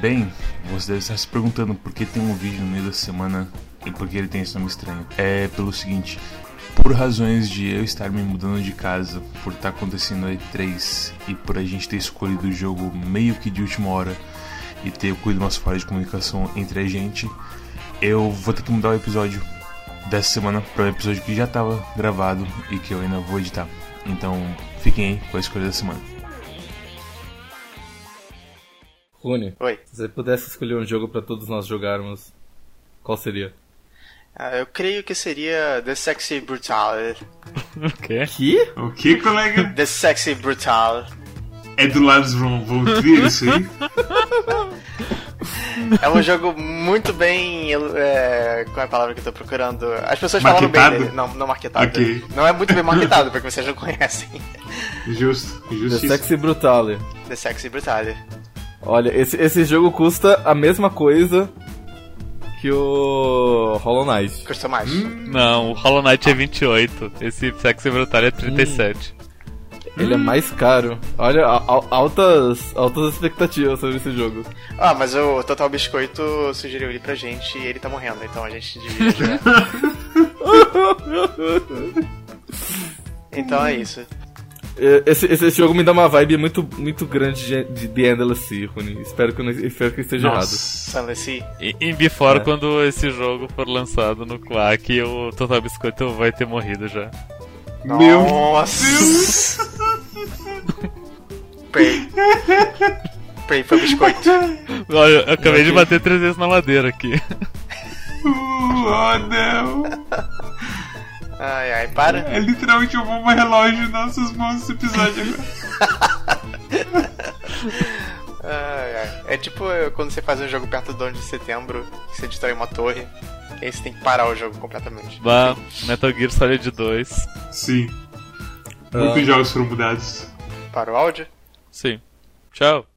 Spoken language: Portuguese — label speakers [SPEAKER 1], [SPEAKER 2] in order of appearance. [SPEAKER 1] Bem, você deve estar se perguntando por que tem um vídeo no meio da semana e por que ele tem esse nome estranho. É pelo seguinte: por razões de eu estar me mudando de casa, por estar acontecendo a E3 e por a gente ter escolhido o jogo meio que de última hora e ter ocorrido umas falhas de comunicação entre a gente, eu vou ter que mudar o episódio dessa semana para um episódio que já estava gravado e que eu ainda vou editar. Então fiquem aí com a escolha da semana.
[SPEAKER 2] Rune,
[SPEAKER 3] Oi.
[SPEAKER 2] se você pudesse escolher um jogo pra todos nós jogarmos, qual seria?
[SPEAKER 3] Ah, eu creio que seria The Sexy Brutal.
[SPEAKER 4] O quê?
[SPEAKER 2] Que?
[SPEAKER 5] O que, colega?
[SPEAKER 3] The Sexy Brutal.
[SPEAKER 5] É do Lars von, von Trier isso aí?
[SPEAKER 3] É um jogo muito bem. É, qual é a palavra que eu tô procurando? As pessoas falaram bem
[SPEAKER 5] Marketado?
[SPEAKER 3] dele. Não, não marketado.
[SPEAKER 5] Ok.
[SPEAKER 3] Não é muito bem marketado, porque vocês não conhecem.
[SPEAKER 5] Justo,
[SPEAKER 2] The
[SPEAKER 5] justiça.
[SPEAKER 2] Sexy Brutale.
[SPEAKER 3] The Sexy Brutal.
[SPEAKER 2] Olha, esse, esse jogo custa a mesma coisa que o Hollow Knight.
[SPEAKER 3] Custa mais.
[SPEAKER 5] Hum.
[SPEAKER 4] Não, o Hollow Knight é 28. Esse Sexy Brutal é 37.
[SPEAKER 2] Ele é
[SPEAKER 5] Hum.
[SPEAKER 2] mais caro. Olha, a- a- altas, altas expectativas sobre esse jogo.
[SPEAKER 3] Ah, mas o Total Biscoito sugeriu ele pra gente e ele tá morrendo, então a gente devia jogar. então é isso.
[SPEAKER 2] E- Esse, esse jogo me dá uma vibe muito, muito grande de, de The Endless Sea, Rune. Espero que eu, não- espero que eu esteja errado.
[SPEAKER 5] Nossa.
[SPEAKER 3] Sunlessy.
[SPEAKER 4] E, em Before,
[SPEAKER 2] É.
[SPEAKER 4] quando esse jogo for lançado no Quack, o Total Biscoito vai ter morrido já.
[SPEAKER 5] Meu
[SPEAKER 3] Nossa! Prey. Prey foi biscoito.
[SPEAKER 4] Olha, eu acabei de bater três vezes na ladeira aqui.
[SPEAKER 5] oh não!
[SPEAKER 3] Ai, ai, para.
[SPEAKER 5] É literalmente um bomba relógio em nossas mãos esse episódio agora.
[SPEAKER 3] Ai, ai. É tipo quando você faz um jogo perto do 11 de setembro, que você destrói uma torre, e aí você tem que parar o jogo completamente.
[SPEAKER 4] Bah, Metal Gear Solid 2.
[SPEAKER 5] Sim.
[SPEAKER 2] Ah.
[SPEAKER 5] Muitos jogos foram mudados.
[SPEAKER 3] Para o áudio?
[SPEAKER 4] Sim. Tchau.